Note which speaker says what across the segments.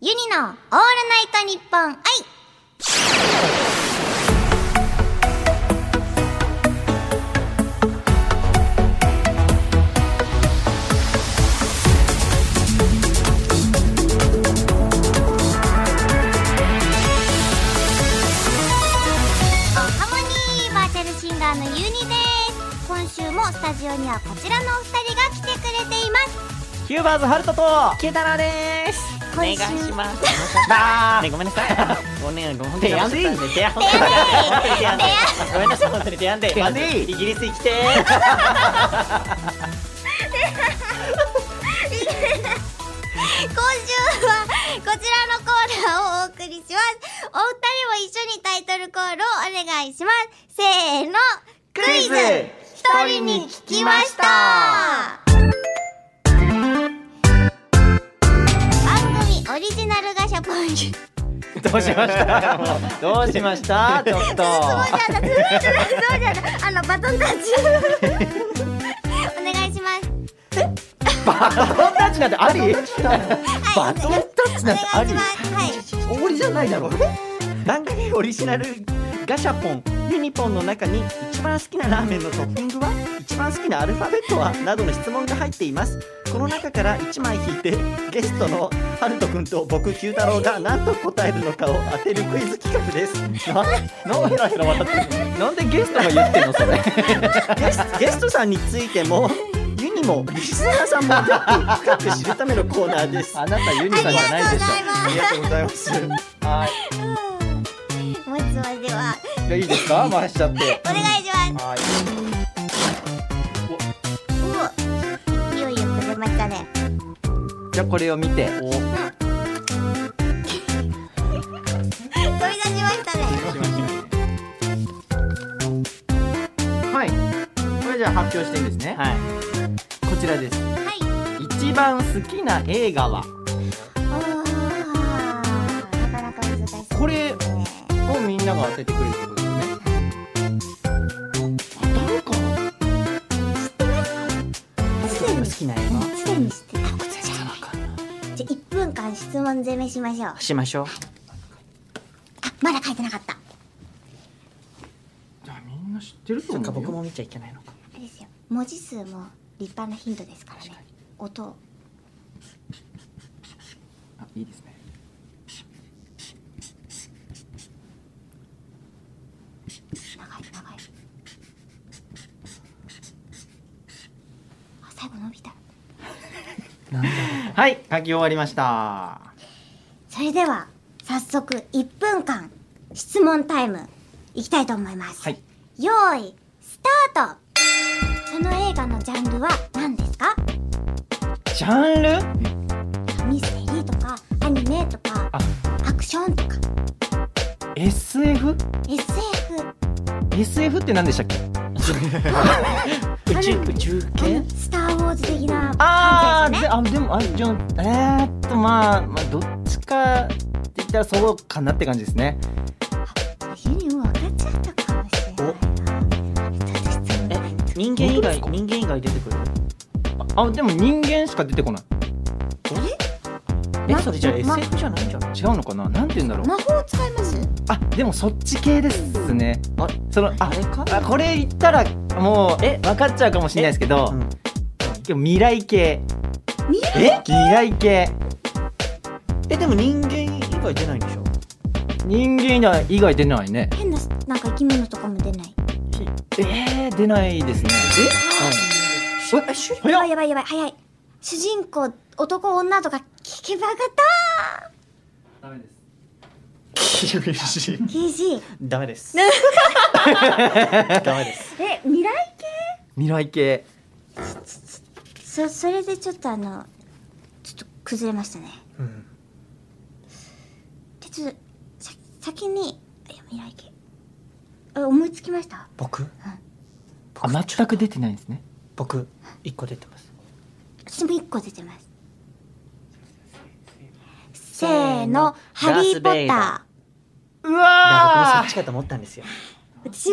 Speaker 1: ユニのオールナイトニッポン愛おハモニーバーチャルシンガーのユニです今週もスタジオにはこちらのお二人が来てくれています
Speaker 2: キューバーズハルトとあ
Speaker 3: ケダラです。お願
Speaker 1: 今
Speaker 3: い
Speaker 1: 週
Speaker 3: します。
Speaker 2: あ
Speaker 3: ね、ごめんなさい。ごめん、ごめん、本当に
Speaker 2: 提案でいい
Speaker 3: 本当に提案本当に提案でごめんなさい、本当に提案で。
Speaker 2: 提案でいい
Speaker 3: まずイギリス行きて
Speaker 1: 今週はこちらのコーナーをお送りしますお二人も一緒にタイトルコールをお願いしますせーのクイズ一人に聞きました番組オリジナルガシャポンす
Speaker 3: ー。どうしました。どうしました。ちょ っと。
Speaker 1: ごいじゃないそうじゃないあのバトンタッチお願いします
Speaker 2: バトンタッチなんてあり
Speaker 1: はい
Speaker 2: バトンタッチなんてあり
Speaker 1: お願いしますはい
Speaker 2: オリじゃないだろ
Speaker 3: 番組オリジナルガシャポンユニポンの中に一番好きなラーメンのトッピングは一番好きなアルファベットはなどの質問が入っていますこの中から1枚引いてゲストのハルト君と僕九太郎が何と答えるのかを当てるクイズ企画ですななヘラヘラ笑ってる
Speaker 2: なんでゲストが言ってんのそれ
Speaker 3: ゲスゲストさんについてもユニもリスナーさんも深く深く知るためのコーナーです
Speaker 2: あ
Speaker 3: あ
Speaker 2: なたユニさんじゃないでしょ
Speaker 3: りがとうございます
Speaker 2: はい
Speaker 1: もう一枚では
Speaker 2: じゃあいいです か回しちゃって
Speaker 1: お願いします
Speaker 2: はい
Speaker 1: おいよいよ崩れましたね
Speaker 2: じゃあこれを見てお
Speaker 1: 飛び出しましたね
Speaker 2: はいこれじゃあ発表していいですね、
Speaker 3: はい
Speaker 2: こちらです
Speaker 1: はい
Speaker 2: 一番好きな映画は
Speaker 1: あーなかなか難しい
Speaker 2: これ
Speaker 1: ですね
Speaker 2: をみんなが当ててくれるってことですね当たるか
Speaker 3: 僕の好きな映
Speaker 1: 常に知ってたじゃあ1分間質問攻めしましょうあ
Speaker 3: 画しましょう
Speaker 1: まだ書いてなかったあ
Speaker 2: じゃあみんな知ってると
Speaker 3: そっか
Speaker 2: 思う
Speaker 3: 僕
Speaker 2: よ
Speaker 3: も見ちゃいけないのか
Speaker 1: れですよ文字数も立派な頻度ですからね音
Speaker 2: あいいですね
Speaker 1: 長い長いあ最後伸びた
Speaker 3: はい書き終わりました
Speaker 1: それでは早速1分間質問タイムいきたいと思います、
Speaker 2: はい
Speaker 1: よーいスタートその映画のジャンルは何ですか
Speaker 3: ジャンル
Speaker 1: ミステリーとかアニメとか
Speaker 3: あ
Speaker 1: アクションとか
Speaker 3: SF?
Speaker 1: SF
Speaker 2: SF って何でした っけ
Speaker 3: 宇宙宇宙系
Speaker 1: うんスター・ウォーズ的な
Speaker 3: あ
Speaker 1: 感
Speaker 3: ー
Speaker 1: じです
Speaker 3: で
Speaker 1: よね
Speaker 3: あでもあじゃあえー、っとまあ、まあ、どっちかって言ったらそうかなって感じですね
Speaker 1: ユニも分かっちゃったかもしれないなちょっと質問
Speaker 3: え人間以外人間以外出てくる
Speaker 2: あでも人間しか出てこない
Speaker 3: え
Speaker 1: ま
Speaker 3: それじゃあ
Speaker 1: ま
Speaker 3: SF じゃないんじゃない
Speaker 2: 違うのかななんて言うんだろう
Speaker 1: 魔法使います
Speaker 2: あでもそっち系ですね
Speaker 3: あ
Speaker 2: そのあ
Speaker 3: あれか
Speaker 2: あこれ言ったらもうえ分かっちゃうかもしれないですけど、
Speaker 3: うん
Speaker 2: でも未来系
Speaker 1: 未
Speaker 2: え未来系
Speaker 3: えでも人間以外出ないんでしょ
Speaker 2: 人間以外出ないね
Speaker 1: 変ななんか生き物とかも出ない
Speaker 2: えー、出ないですねえ、はい、え主
Speaker 1: やばいやばいやばい早い主人公男女とか聞けばよかっ
Speaker 2: ダメです
Speaker 3: 厳しい
Speaker 1: た KG
Speaker 3: ダメですダメです
Speaker 1: え未来
Speaker 2: 未来系
Speaker 1: 系そそれでちょっとあのちょっと崩れましたね
Speaker 3: うん
Speaker 1: でちょっとさ先にいや未来系あ思いつきました
Speaker 3: 僕
Speaker 2: あ全く出てないんですね
Speaker 3: 僕一個出てます
Speaker 1: 私も一個出てますせーの「ハリー・ポッタ
Speaker 2: う
Speaker 3: いや僕も
Speaker 2: わ
Speaker 3: そっちかと思ったんですよ
Speaker 1: ー」私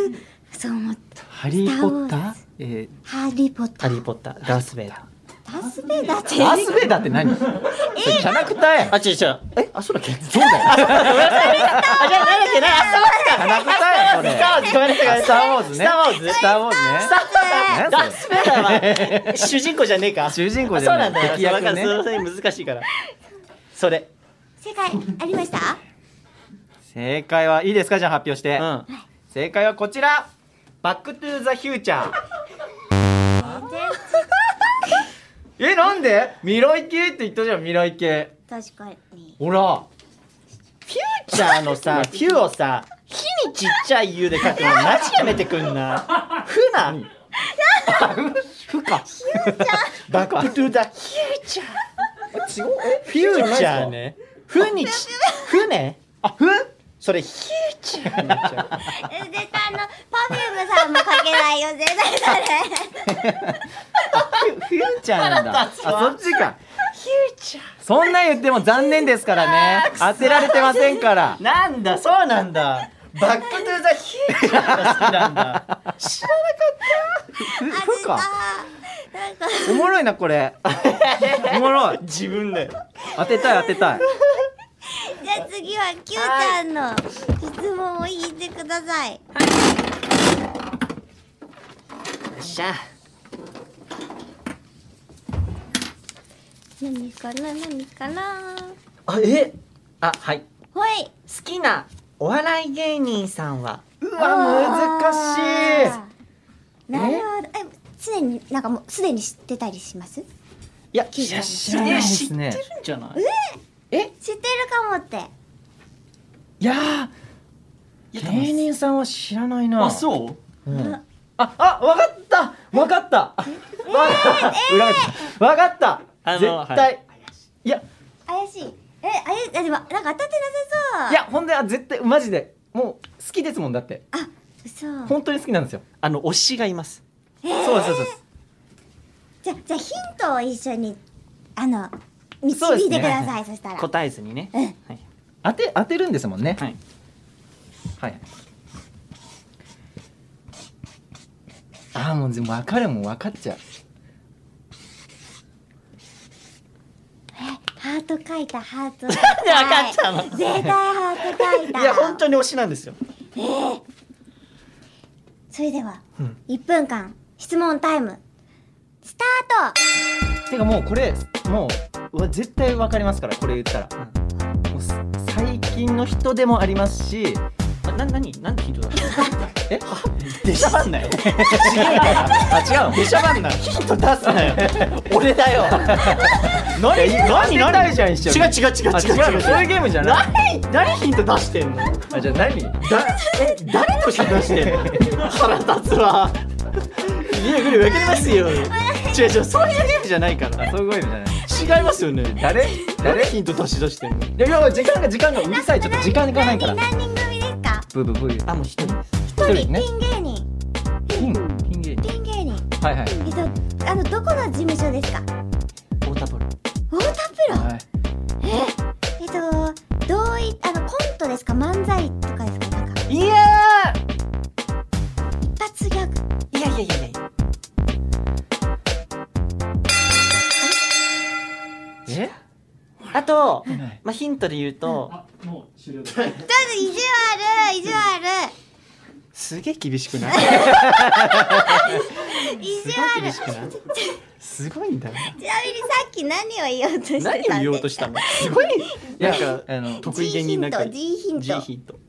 Speaker 1: そう思った
Speaker 2: ハリー・ポッターえ
Speaker 1: 「ハリー・ポッ
Speaker 3: ハ
Speaker 1: タ
Speaker 3: リー・
Speaker 1: ー」
Speaker 3: ポッター、ダース・ベイダー。
Speaker 1: アスベーダーって
Speaker 2: アースベイダーって何それキャラクターやん
Speaker 3: あ、違う違う。
Speaker 2: えあそうだっけそうだよ
Speaker 3: あ、じゃあ、なんだっけな、
Speaker 2: キャラクターやんこれ
Speaker 3: スターウォーズ、ごめんなさい、
Speaker 2: スターウォーズね
Speaker 3: スターウォ
Speaker 2: スターウォー
Speaker 3: ーズ。
Speaker 2: ズね
Speaker 3: スターウォーズ
Speaker 2: 何
Speaker 3: ダー
Speaker 2: そ
Speaker 3: スベイダーは主人公じゃねえか。
Speaker 2: 主人公
Speaker 3: あ
Speaker 2: じゃない敵
Speaker 3: そうな
Speaker 2: 役
Speaker 3: んだよ。
Speaker 2: ね
Speaker 3: それ難しいから。それ。
Speaker 1: 世界ありました
Speaker 2: 正解はいいですかじゃあ発表して、
Speaker 3: うん。
Speaker 2: 正解はこちら
Speaker 3: バックトゥーザフューチャー。
Speaker 2: えなんで未来系って言ったじゃん未来系
Speaker 1: 確かに
Speaker 2: ほら
Speaker 3: フューチャーのさ、フューをさ、火にちっちゃい U で書くのマジやめてくんな。ふな。
Speaker 2: ふか
Speaker 3: バックトゥーザフューチャー。フューチャーね。ふにち、ふね。
Speaker 2: あふ
Speaker 3: それ、フューチャーになっちゃう。
Speaker 1: え絶対あのパフュームさんもかけないよ絶対それ
Speaker 2: フューチャーなんだあ
Speaker 3: 立つわ
Speaker 2: そっちかそんなん言っても残念ですからね当てられてませんから
Speaker 3: なんだそうなんだバックトゥザヒューチャーが好きなんだ知ら
Speaker 2: ふ
Speaker 1: あ
Speaker 2: ふか
Speaker 1: 出たなんか
Speaker 2: おもろいなこ れおもろい
Speaker 3: 自分で
Speaker 2: 当てたい当てたい
Speaker 1: じゃあ次はキューちゃんの質問を引いてください
Speaker 3: しゃ
Speaker 1: 何かな何かな
Speaker 3: あえあはい好
Speaker 1: ほい
Speaker 3: きなお笑い芸人さんは
Speaker 2: うわ難し
Speaker 1: い
Speaker 2: い
Speaker 1: なるほどえ常になんかもうすでに知ってたりします知っ
Speaker 3: いや
Speaker 1: いや知
Speaker 2: らないですね
Speaker 3: 知ってるんじゃない
Speaker 1: てるかもって
Speaker 2: いやー芸人さんは知らないな
Speaker 3: そう
Speaker 2: う、ん、ああわかったわかったわかった裏返したわかった
Speaker 3: あの
Speaker 2: 絶対、、
Speaker 3: はい
Speaker 2: や
Speaker 1: 怪しいえあれあでもなんか当たってなさそう
Speaker 2: いやほんであ絶対マジでもう好きですもんだって
Speaker 1: あ嘘
Speaker 2: 本当に好きなんですよ
Speaker 3: あの推しがいます
Speaker 2: そうですそうです
Speaker 1: じゃじゃあヒントを一緒にあの
Speaker 2: そ
Speaker 1: 導
Speaker 2: うです
Speaker 1: いて
Speaker 2: ね
Speaker 1: くださいそ,、したら
Speaker 3: 答えずにね
Speaker 1: うん
Speaker 3: はい
Speaker 2: 当て当てるんですもんね
Speaker 3: はい
Speaker 2: はいああもう全部分かるもん分かっちゃう
Speaker 1: ハート書いたハート なんで
Speaker 3: 分かっちゃうの
Speaker 1: 絶対ハート書いた
Speaker 3: いや本当に推しなんですよ
Speaker 1: それでは、
Speaker 3: うん
Speaker 1: 一1分間質問タイムスタート
Speaker 2: てかもうこれもううわ絶対分かりますからこれ言ったらもうす最近の人でもありますし
Speaker 3: あな何なんでヒントだ
Speaker 2: え
Speaker 3: 出しゃばんなよ
Speaker 2: あ違うの
Speaker 3: 出しゃばんなよヒント出すなよ俺だよ
Speaker 2: 何
Speaker 3: 何
Speaker 2: 当てたいじゃん一
Speaker 3: 違う
Speaker 2: 緒に
Speaker 3: 違う違
Speaker 2: あ
Speaker 3: う違う
Speaker 2: 違うそういうゲームじゃない
Speaker 3: 何何ヒント出してんの
Speaker 2: あじゃあ何
Speaker 3: だえ誰として出してんの腹立つわいやこれ分かりますよ違う違うそういうゲームじゃないから
Speaker 2: あそういうゲームじゃない
Speaker 3: 違いますよね
Speaker 2: 誰誰
Speaker 3: 誰ヒント出し出してんの
Speaker 2: いやいや時間が時間がうるさいちょっと時間がないから
Speaker 1: 何人何人組ですか
Speaker 2: ブーブーブー
Speaker 3: あもう一人です
Speaker 2: 一人
Speaker 1: ピン
Speaker 2: ね
Speaker 1: 芸人
Speaker 2: ピンピン芸人
Speaker 1: ピン芸人
Speaker 2: はいはい
Speaker 1: えっとあのどこの事務所ですか
Speaker 3: 太田プロ
Speaker 1: 太田プロ
Speaker 2: はい
Speaker 1: えっとどういあのコントですか漫才とかですかなんか
Speaker 3: いや
Speaker 1: 一発ギャグ
Speaker 3: ーいやいやいやいや
Speaker 2: え
Speaker 3: あと
Speaker 2: ない、
Speaker 3: まあ、ヒントで言うと
Speaker 1: ちょっと意地悪意地悪
Speaker 3: すげえ厳しくな い
Speaker 1: 意
Speaker 3: す
Speaker 1: 地
Speaker 3: ごい
Speaker 1: 悪
Speaker 3: 厳しくないすごいんだよ
Speaker 1: ちなみにさっき何を言おうとしてたん
Speaker 3: 何
Speaker 1: ですか
Speaker 3: を言おうとしたのすごい
Speaker 2: いや
Speaker 3: なんか
Speaker 2: あの
Speaker 3: 得意げになんか
Speaker 1: G ヒント
Speaker 3: G
Speaker 1: G
Speaker 3: ヒ
Speaker 1: ヒ
Speaker 3: ント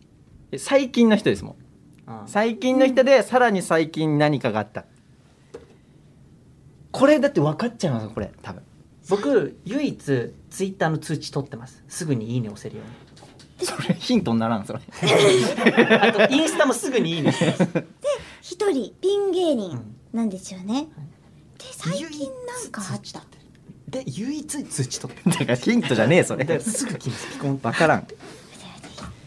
Speaker 2: え最近の人ですもん最近の人でさらに最近何かがあったこれだって分かっちゃいますよこれ多分
Speaker 3: 僕唯一ツイッターの通知取ってますすぐにいいね押せるように
Speaker 2: それ ヒントにならんそれ
Speaker 3: あとインスタもすぐにいいねしてます
Speaker 1: 一人ピン芸
Speaker 3: う
Speaker 1: 人
Speaker 3: ん
Speaker 1: なんですよね、で最近なんかあった
Speaker 3: で唯一通知取って
Speaker 2: だからヒントじゃねえそ
Speaker 3: だから
Speaker 2: れ
Speaker 3: すぐ来ますピコン
Speaker 2: 分からん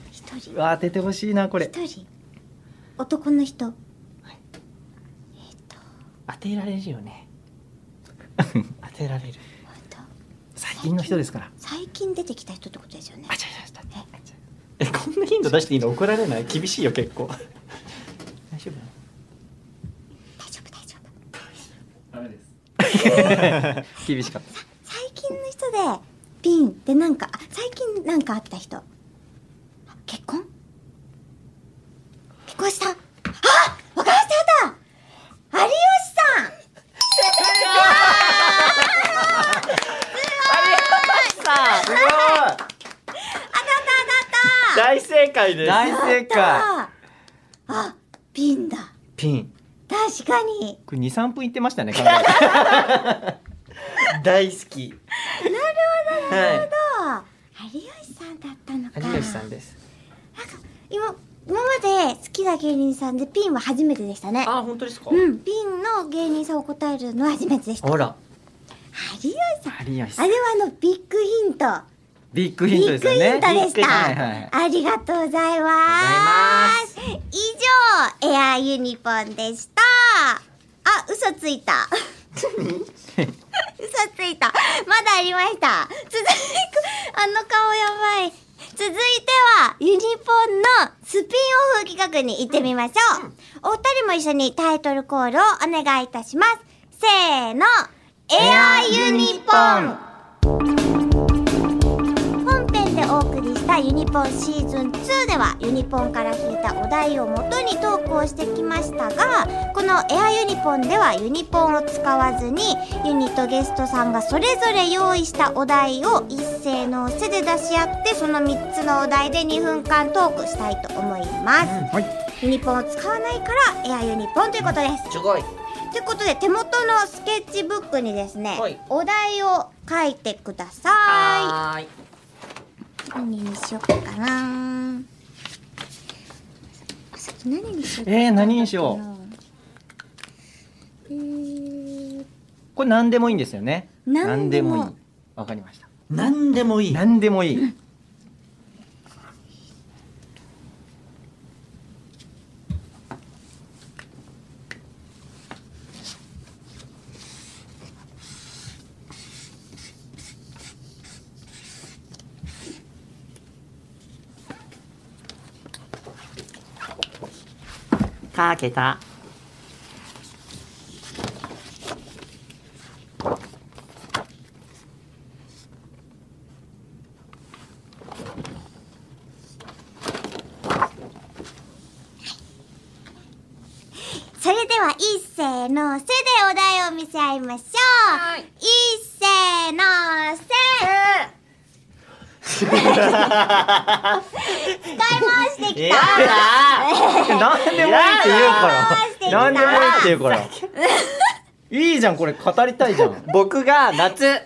Speaker 1: 一人
Speaker 2: うわ当ててほしいなこれ
Speaker 1: 一人男の人
Speaker 3: 当てられるよ ね当てられる
Speaker 1: ほんと
Speaker 2: 最近の人ですから
Speaker 1: 最近出てきた人ってことですよね
Speaker 3: あちゃちゃちゃえこんなヒント出していいの怒られない厳しいよ結構大丈夫
Speaker 1: 大丈夫大丈夫
Speaker 4: ダメです。
Speaker 1: 大
Speaker 2: 厳しかった
Speaker 1: 最近の人でピンってなんかあ最近なんかあった人あ結婚結婚したあわかりましたやった有吉
Speaker 2: すごい
Speaker 3: 大正解です
Speaker 2: 大
Speaker 1: さん
Speaker 2: 正解
Speaker 1: ああピンだ
Speaker 3: ピン
Speaker 1: 確かに
Speaker 2: これ二三分いってましたね考えて
Speaker 3: 大好き
Speaker 2: は
Speaker 1: あ有吉さんだったのか
Speaker 2: い有吉さんです
Speaker 1: 今今まで好きな芸人さんでピンは初めてでしたね
Speaker 2: あ本当ですか
Speaker 1: うんピンの芸人さんを答えるのは初めてでした
Speaker 2: あら
Speaker 1: 有吉さん
Speaker 2: 有吉さ
Speaker 1: あ
Speaker 2: ん
Speaker 1: れはあのビッグヒント
Speaker 2: ビッグヒ
Speaker 1: ビ
Speaker 2: ン
Speaker 1: ッ
Speaker 2: ト
Speaker 1: グヒ
Speaker 2: で
Speaker 1: ン
Speaker 2: す
Speaker 1: ト
Speaker 2: よね
Speaker 1: でし
Speaker 2: はいはいはい
Speaker 1: たありがとうございます以上エアユニポンでしたあ嘘ついた嘘ついたまだありました続いてあの顔やばい続いてはユニポンのスピンオフ企画に行ってみましょうお二人も一緒にタイトルコールをお願いいたしますせーのエアユニポン本編でお送りしたユニポンシーズン2ではユニポンから引いたお題を元に投稿してきましたがこの「エアユニポン」ではユニポンを使わずにユニとゲストさんがそれぞれ用意したお題を一斉の背で出し合ってその3つのお題で2分間トークしたいと思います、ユニポンを使わないからエアユニポンということです
Speaker 2: すごい
Speaker 1: ということで手元のスケッチブックにですね、
Speaker 2: はい
Speaker 1: お題を書いてください
Speaker 2: い
Speaker 1: 何にしよっかなさっき何にしよう
Speaker 2: えー何にしよ
Speaker 1: うえー、
Speaker 2: これ何でもいいんですよね
Speaker 1: 何でも
Speaker 2: 何いいわかりました
Speaker 3: 何でもいい
Speaker 2: 何でもいい
Speaker 3: かけた
Speaker 1: それでは一斉のせでお題を見せ合いましょう、一斉のせ 使い回してきた、
Speaker 2: 何でもいいって言うから
Speaker 1: やだ
Speaker 2: 何でもいいって言うからいいじゃんこれ語りたいじゃん
Speaker 3: 僕が夏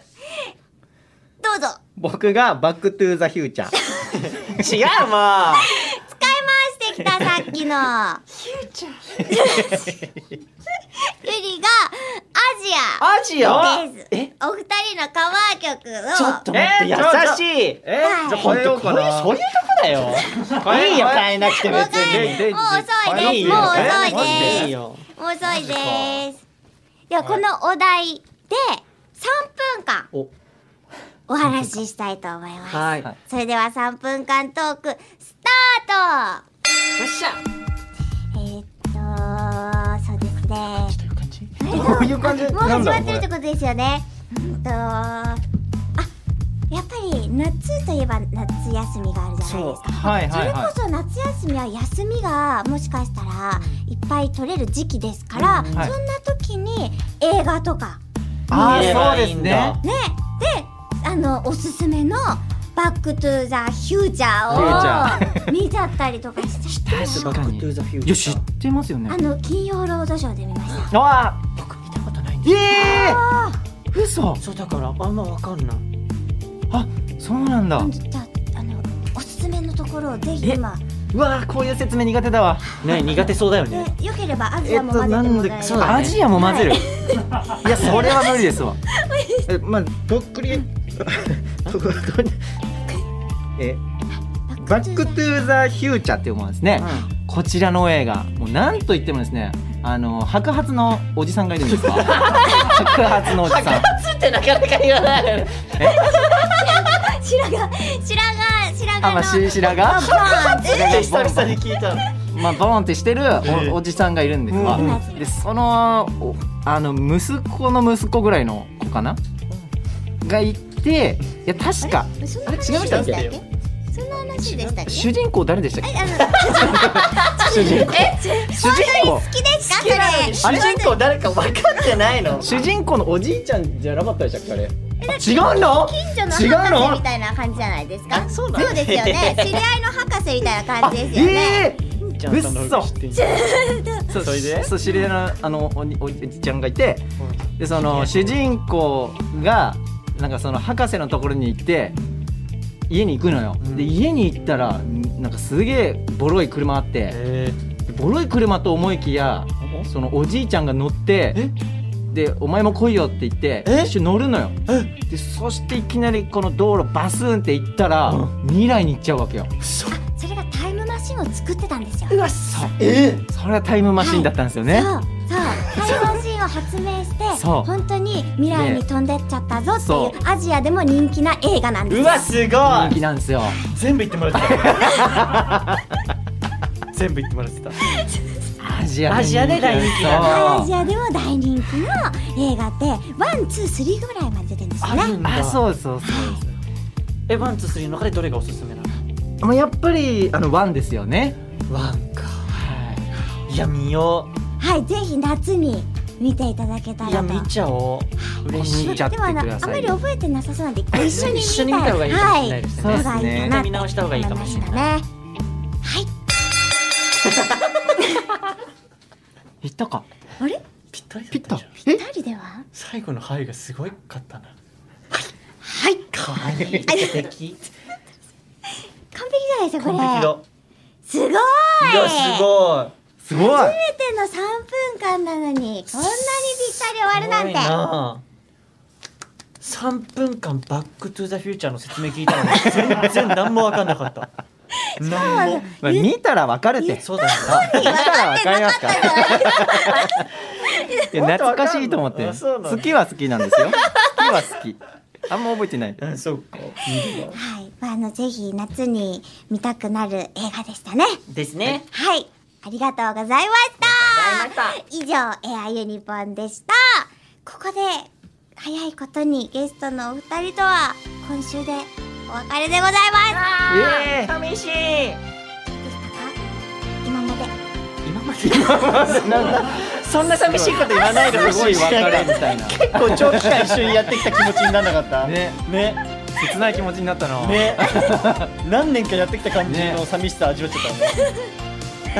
Speaker 1: どうぞ
Speaker 2: 僕がバックトゥーザフューチャー
Speaker 3: 違うもう
Speaker 1: 使い回してきたさっきの ゆりがア
Speaker 3: アジ
Speaker 1: ア
Speaker 3: ア
Speaker 1: です
Speaker 3: え
Speaker 1: お二人のカバー曲を
Speaker 3: ちょっと待って
Speaker 2: え
Speaker 3: 優
Speaker 2: ー
Speaker 3: しい
Speaker 2: えーじゃあ
Speaker 3: ほ
Speaker 2: 変
Speaker 3: ん
Speaker 2: えよ
Speaker 3: と
Speaker 2: う
Speaker 3: こ
Speaker 2: か
Speaker 3: うい
Speaker 2: な
Speaker 3: うそういうとこだよいいよ変えなくて別
Speaker 1: もう
Speaker 3: に
Speaker 1: 変えもう遅いですもう遅いです
Speaker 3: いいよ
Speaker 1: もう遅いです。ではこのお題で3分間
Speaker 2: お
Speaker 1: お話ししたいと思います。
Speaker 3: はい
Speaker 2: はい
Speaker 1: それでは3分間トークスター
Speaker 3: よっしゃ
Speaker 1: ト。えーっとそうですね。
Speaker 2: どういう感じ
Speaker 1: もう始まってるっ
Speaker 2: な
Speaker 1: てこ
Speaker 2: んだろうこれ
Speaker 1: とですよね。うんとあやっぱり夏といえば夏休みがあるじゃないで
Speaker 2: そう
Speaker 1: すか。
Speaker 2: はい
Speaker 1: そ
Speaker 2: はい
Speaker 1: れこ
Speaker 2: はい
Speaker 1: そ夏休みは休みがもしかしたらいっぱい取れる時期ですから、
Speaker 2: んはい
Speaker 1: そんな時に映画とか
Speaker 2: あ
Speaker 3: 見れ
Speaker 2: あ
Speaker 3: ば
Speaker 2: そうで
Speaker 3: いい
Speaker 2: す
Speaker 3: ん
Speaker 2: ね
Speaker 3: だ
Speaker 1: ねであのおすすめの「バック・トゥ・ザ・フューチャ
Speaker 2: フューチャ
Speaker 1: ー」を見ちゃったりとかして
Speaker 2: 確かに
Speaker 3: トゥーザフューチャー
Speaker 2: いや知ってますよね
Speaker 1: あの金曜ロードショーで見ました
Speaker 2: ああ
Speaker 3: 僕見たことないん
Speaker 2: え
Speaker 3: です
Speaker 2: え
Speaker 1: あ
Speaker 2: 嘘
Speaker 3: そうだからあんまわかんない
Speaker 2: あそうなんだ
Speaker 1: あじゃああのおすすめのところをぜひ今
Speaker 2: うわーこういう説明苦手だわ
Speaker 3: ね苦手そうだよ
Speaker 1: で
Speaker 3: ね
Speaker 1: よければアジ
Speaker 2: え
Speaker 1: ア
Speaker 2: っ
Speaker 1: も
Speaker 2: と
Speaker 1: 混ぜ
Speaker 2: な
Speaker 1: ても
Speaker 2: んで
Speaker 1: らえれ
Speaker 2: そう
Speaker 1: ば
Speaker 3: だね
Speaker 2: アジアも混ぜるいやそれは無理ですわえまあとっくりとっくり えバックトゥーザフューチャーっていうものですね、こちらの映画もうなんといってもですねあの白髪のおじさんがいるんですか白髪のおじさん
Speaker 3: つってなかなか言わないよね
Speaker 1: 白髪白髪白
Speaker 2: あまあ
Speaker 1: 髪の
Speaker 2: し白髪
Speaker 1: バーンって
Speaker 3: 久々に聞いたの
Speaker 2: まあ、ボーンってしてるおおじさんがいるんですが、
Speaker 1: うん うん
Speaker 2: でそのおあの息子の息子ぐらいの子かながいていや確か
Speaker 1: そんな
Speaker 2: あれ違い
Speaker 1: 話
Speaker 2: ま
Speaker 1: でし
Speaker 2: したた
Speaker 1: っ
Speaker 2: っ
Speaker 1: け
Speaker 2: け
Speaker 1: そんな話でしたっけ
Speaker 2: 主人公誰でしたっ
Speaker 1: あ
Speaker 2: け
Speaker 1: あの
Speaker 2: 主人公主人公
Speaker 1: 好きですかそれ
Speaker 3: 主人公誰か分かってないの
Speaker 2: 主人公のおじいちゃんじゃなかったでしたっけあれあ違うの
Speaker 1: 近所
Speaker 2: 違
Speaker 1: の
Speaker 2: う
Speaker 1: 博士
Speaker 2: の
Speaker 1: みたいな感じじゃないですか
Speaker 3: あそうなの
Speaker 1: ですよね知り合いの博士みたいな感じですよね
Speaker 2: ええうっそそう
Speaker 3: それで
Speaker 2: そう知り合いのあのおにおじちゃんがいてでその主人公がなんかその博士のところに行って家に行くのよ、
Speaker 3: うん
Speaker 2: で家に行ったらなんかすげえボロい車あって
Speaker 3: え
Speaker 2: ボロい車と思いきやそのおじいちゃんが乗ってでお前も来いよって言って
Speaker 3: え
Speaker 2: 一緒に乗るのよ
Speaker 3: え
Speaker 2: でそしていきなりこの道路バスンって行ったら、
Speaker 3: うん
Speaker 2: 未来に行っちゃうわけよ
Speaker 3: そ
Speaker 1: それがタイムマシンを作ってたんですよ
Speaker 3: うわそえ
Speaker 2: それはタイムマシンだったんですよね、
Speaker 1: そうそうタイムマシンを発明して
Speaker 2: そう
Speaker 1: 本当に未来に飛んでっちゃったぞって
Speaker 2: そ
Speaker 1: いうアジアでも人気な映画なんです
Speaker 3: う
Speaker 1: よ
Speaker 3: わすご
Speaker 2: 人気
Speaker 3: い
Speaker 2: なんですよ
Speaker 3: 全部言ってもらってた全部言ってもらってた
Speaker 2: アジア
Speaker 3: アジアで大人気なん
Speaker 1: アジ
Speaker 2: そう
Speaker 1: アでも大人気の映画でワンツースリーぐらいまで出てるんですよね
Speaker 3: あ
Speaker 2: あ
Speaker 3: そう
Speaker 2: そうそうそ
Speaker 3: えワンツースリーの中でどれがおすすめなの
Speaker 2: うもうやっぱりあのワンですよね
Speaker 3: ワンか
Speaker 2: はい
Speaker 3: や見よ
Speaker 1: はいぜひ夏に見ていただけた
Speaker 3: うい
Speaker 1: ら
Speaker 3: や
Speaker 1: と
Speaker 3: 見ちゃおう嬉しい
Speaker 2: 見ちゃって
Speaker 1: でもあの
Speaker 2: くだ
Speaker 1: あ
Speaker 2: さ
Speaker 1: ま
Speaker 2: い
Speaker 1: り覚えてなさそうなんでご一緒に見たい
Speaker 3: 一緒に見た方がいいかもしれないですね
Speaker 1: はい、
Speaker 2: そうです
Speaker 1: 方が
Speaker 2: ね
Speaker 1: いいかな
Speaker 2: ま
Speaker 1: って
Speaker 3: 見直した方がいいかもしれ
Speaker 1: 思
Speaker 3: ない
Speaker 1: ましたねはい
Speaker 2: 行ったか
Speaker 1: あれ
Speaker 3: ぴったりだ
Speaker 2: ピ
Speaker 3: っ
Speaker 2: ッ
Speaker 3: た
Speaker 2: タ
Speaker 3: じゃん
Speaker 2: え
Speaker 1: 二人では
Speaker 3: 最後の範囲がすごいかったな
Speaker 1: はい
Speaker 3: かわいい 素敵
Speaker 1: 完璧じゃないですかこ
Speaker 3: 完
Speaker 1: れ
Speaker 3: 璧だいや
Speaker 1: すごい
Speaker 3: すご
Speaker 2: すごい
Speaker 3: い
Speaker 1: 初めての三分間なのにこんなにぴったり終わるなんて
Speaker 3: すごいな3分間バックトゥザフューチャーの説明聞いたのに全然何も分かんなかった何も
Speaker 2: まあ見たら分かるって
Speaker 3: そうだよ
Speaker 2: 見たら分かりますからいや懐かしいと思って
Speaker 3: あそうなの
Speaker 2: 好きは好きなんですよ好きは好きあんま覚えてない
Speaker 3: なうんそうか
Speaker 1: はい、まあ、あのぜひ夏に見たくなる映画でしたね
Speaker 3: ですね
Speaker 1: はいありがとうございました以上エアユニポンでしたここで早いことにゲストのお二人とは今週でお別れでございます
Speaker 2: ええ
Speaker 3: 寂しい
Speaker 1: どうでしたか今まで
Speaker 3: 今までそんな寂しいこと言わないでほ
Speaker 2: すご
Speaker 3: し
Speaker 2: い
Speaker 3: い
Speaker 2: 別れみたいな
Speaker 3: 結構長期間一緒にやってきた気持ちにならなかった
Speaker 2: ね
Speaker 3: ね
Speaker 2: 切ない気持ちになったな
Speaker 3: ね何年かやってきた感じの
Speaker 2: ね
Speaker 3: 寂しさ味わっちゃったね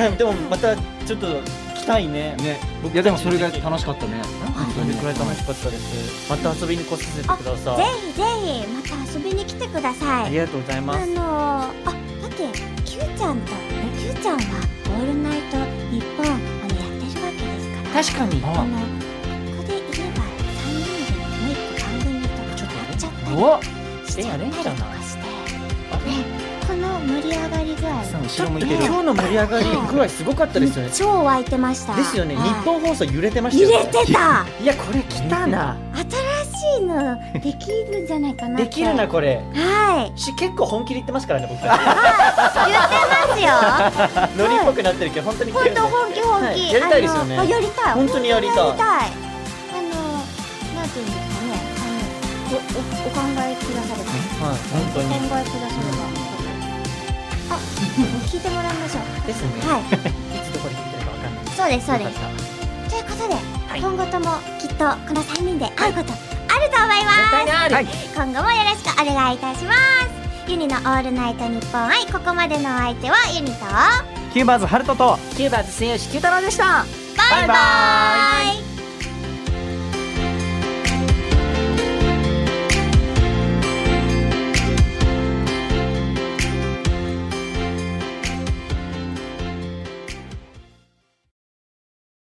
Speaker 3: あでもまたちょっと来たいね
Speaker 2: ねいやでもそれが楽しかったね本当
Speaker 3: どれ
Speaker 2: に
Speaker 3: くらい楽しかったですまた遊びに来させて
Speaker 1: あ
Speaker 3: くださ
Speaker 1: ぜ
Speaker 3: い
Speaker 1: ひぜひまた遊びに来てくだ
Speaker 3: あ
Speaker 1: さ
Speaker 3: り
Speaker 1: い
Speaker 3: がとうございま
Speaker 1: あ
Speaker 3: す
Speaker 1: のー、あだってキューちゃんとキューちゃんは「オールナイトニッポン」あのやってるわけですから
Speaker 3: 確かに
Speaker 1: あ
Speaker 2: あ
Speaker 1: のここでいれば3人でもう一個番組とかやっちゃったり
Speaker 2: お
Speaker 1: しちゃったりとかして
Speaker 3: あれ
Speaker 1: ねこの盛り上がり具合
Speaker 2: さん後
Speaker 3: ちょ
Speaker 2: ろ
Speaker 3: っ
Speaker 2: 向
Speaker 3: と
Speaker 2: いて
Speaker 3: 今
Speaker 2: る
Speaker 3: 日の盛り上がり具合すごかったですよね
Speaker 1: 超湧いてました
Speaker 3: ですよね日
Speaker 1: はい
Speaker 3: 本放送揺れてました
Speaker 1: 揺
Speaker 3: よ
Speaker 1: れ
Speaker 3: ね
Speaker 1: てた
Speaker 3: いやこれ来たな
Speaker 1: 新しいのできるんじゃないかなって
Speaker 3: できるなこれ
Speaker 1: はい
Speaker 3: し結構本気で言ってますからね僕 た
Speaker 1: 言ってますよ
Speaker 3: ちノリっぽくなってるけど本当に
Speaker 1: 本当本気本気、
Speaker 3: はいやりたいですよね
Speaker 1: あのあやりたい
Speaker 3: 本当にやりたい
Speaker 1: 本当にやりたいあのなんていうんですかねあのおおお考えくだされば
Speaker 3: はい本当
Speaker 1: お考え
Speaker 3: に
Speaker 1: くださればあ聞いてもらいましょう
Speaker 3: ですね
Speaker 1: はい、
Speaker 3: いつどこで聞いてるかわかんない。
Speaker 1: そうです、そうで
Speaker 3: よ
Speaker 1: す
Speaker 3: か。った
Speaker 1: ということで、
Speaker 3: い
Speaker 1: 今後ともきっとこの3人で会うことあると思います。
Speaker 2: はい
Speaker 1: 今後もよろしくお願いいたします。ユニのオールナイトニッポン愛、ここまでのお相手はユニと、
Speaker 2: キューバーズハルトと
Speaker 1: バイバ
Speaker 2: バイ
Speaker 1: イ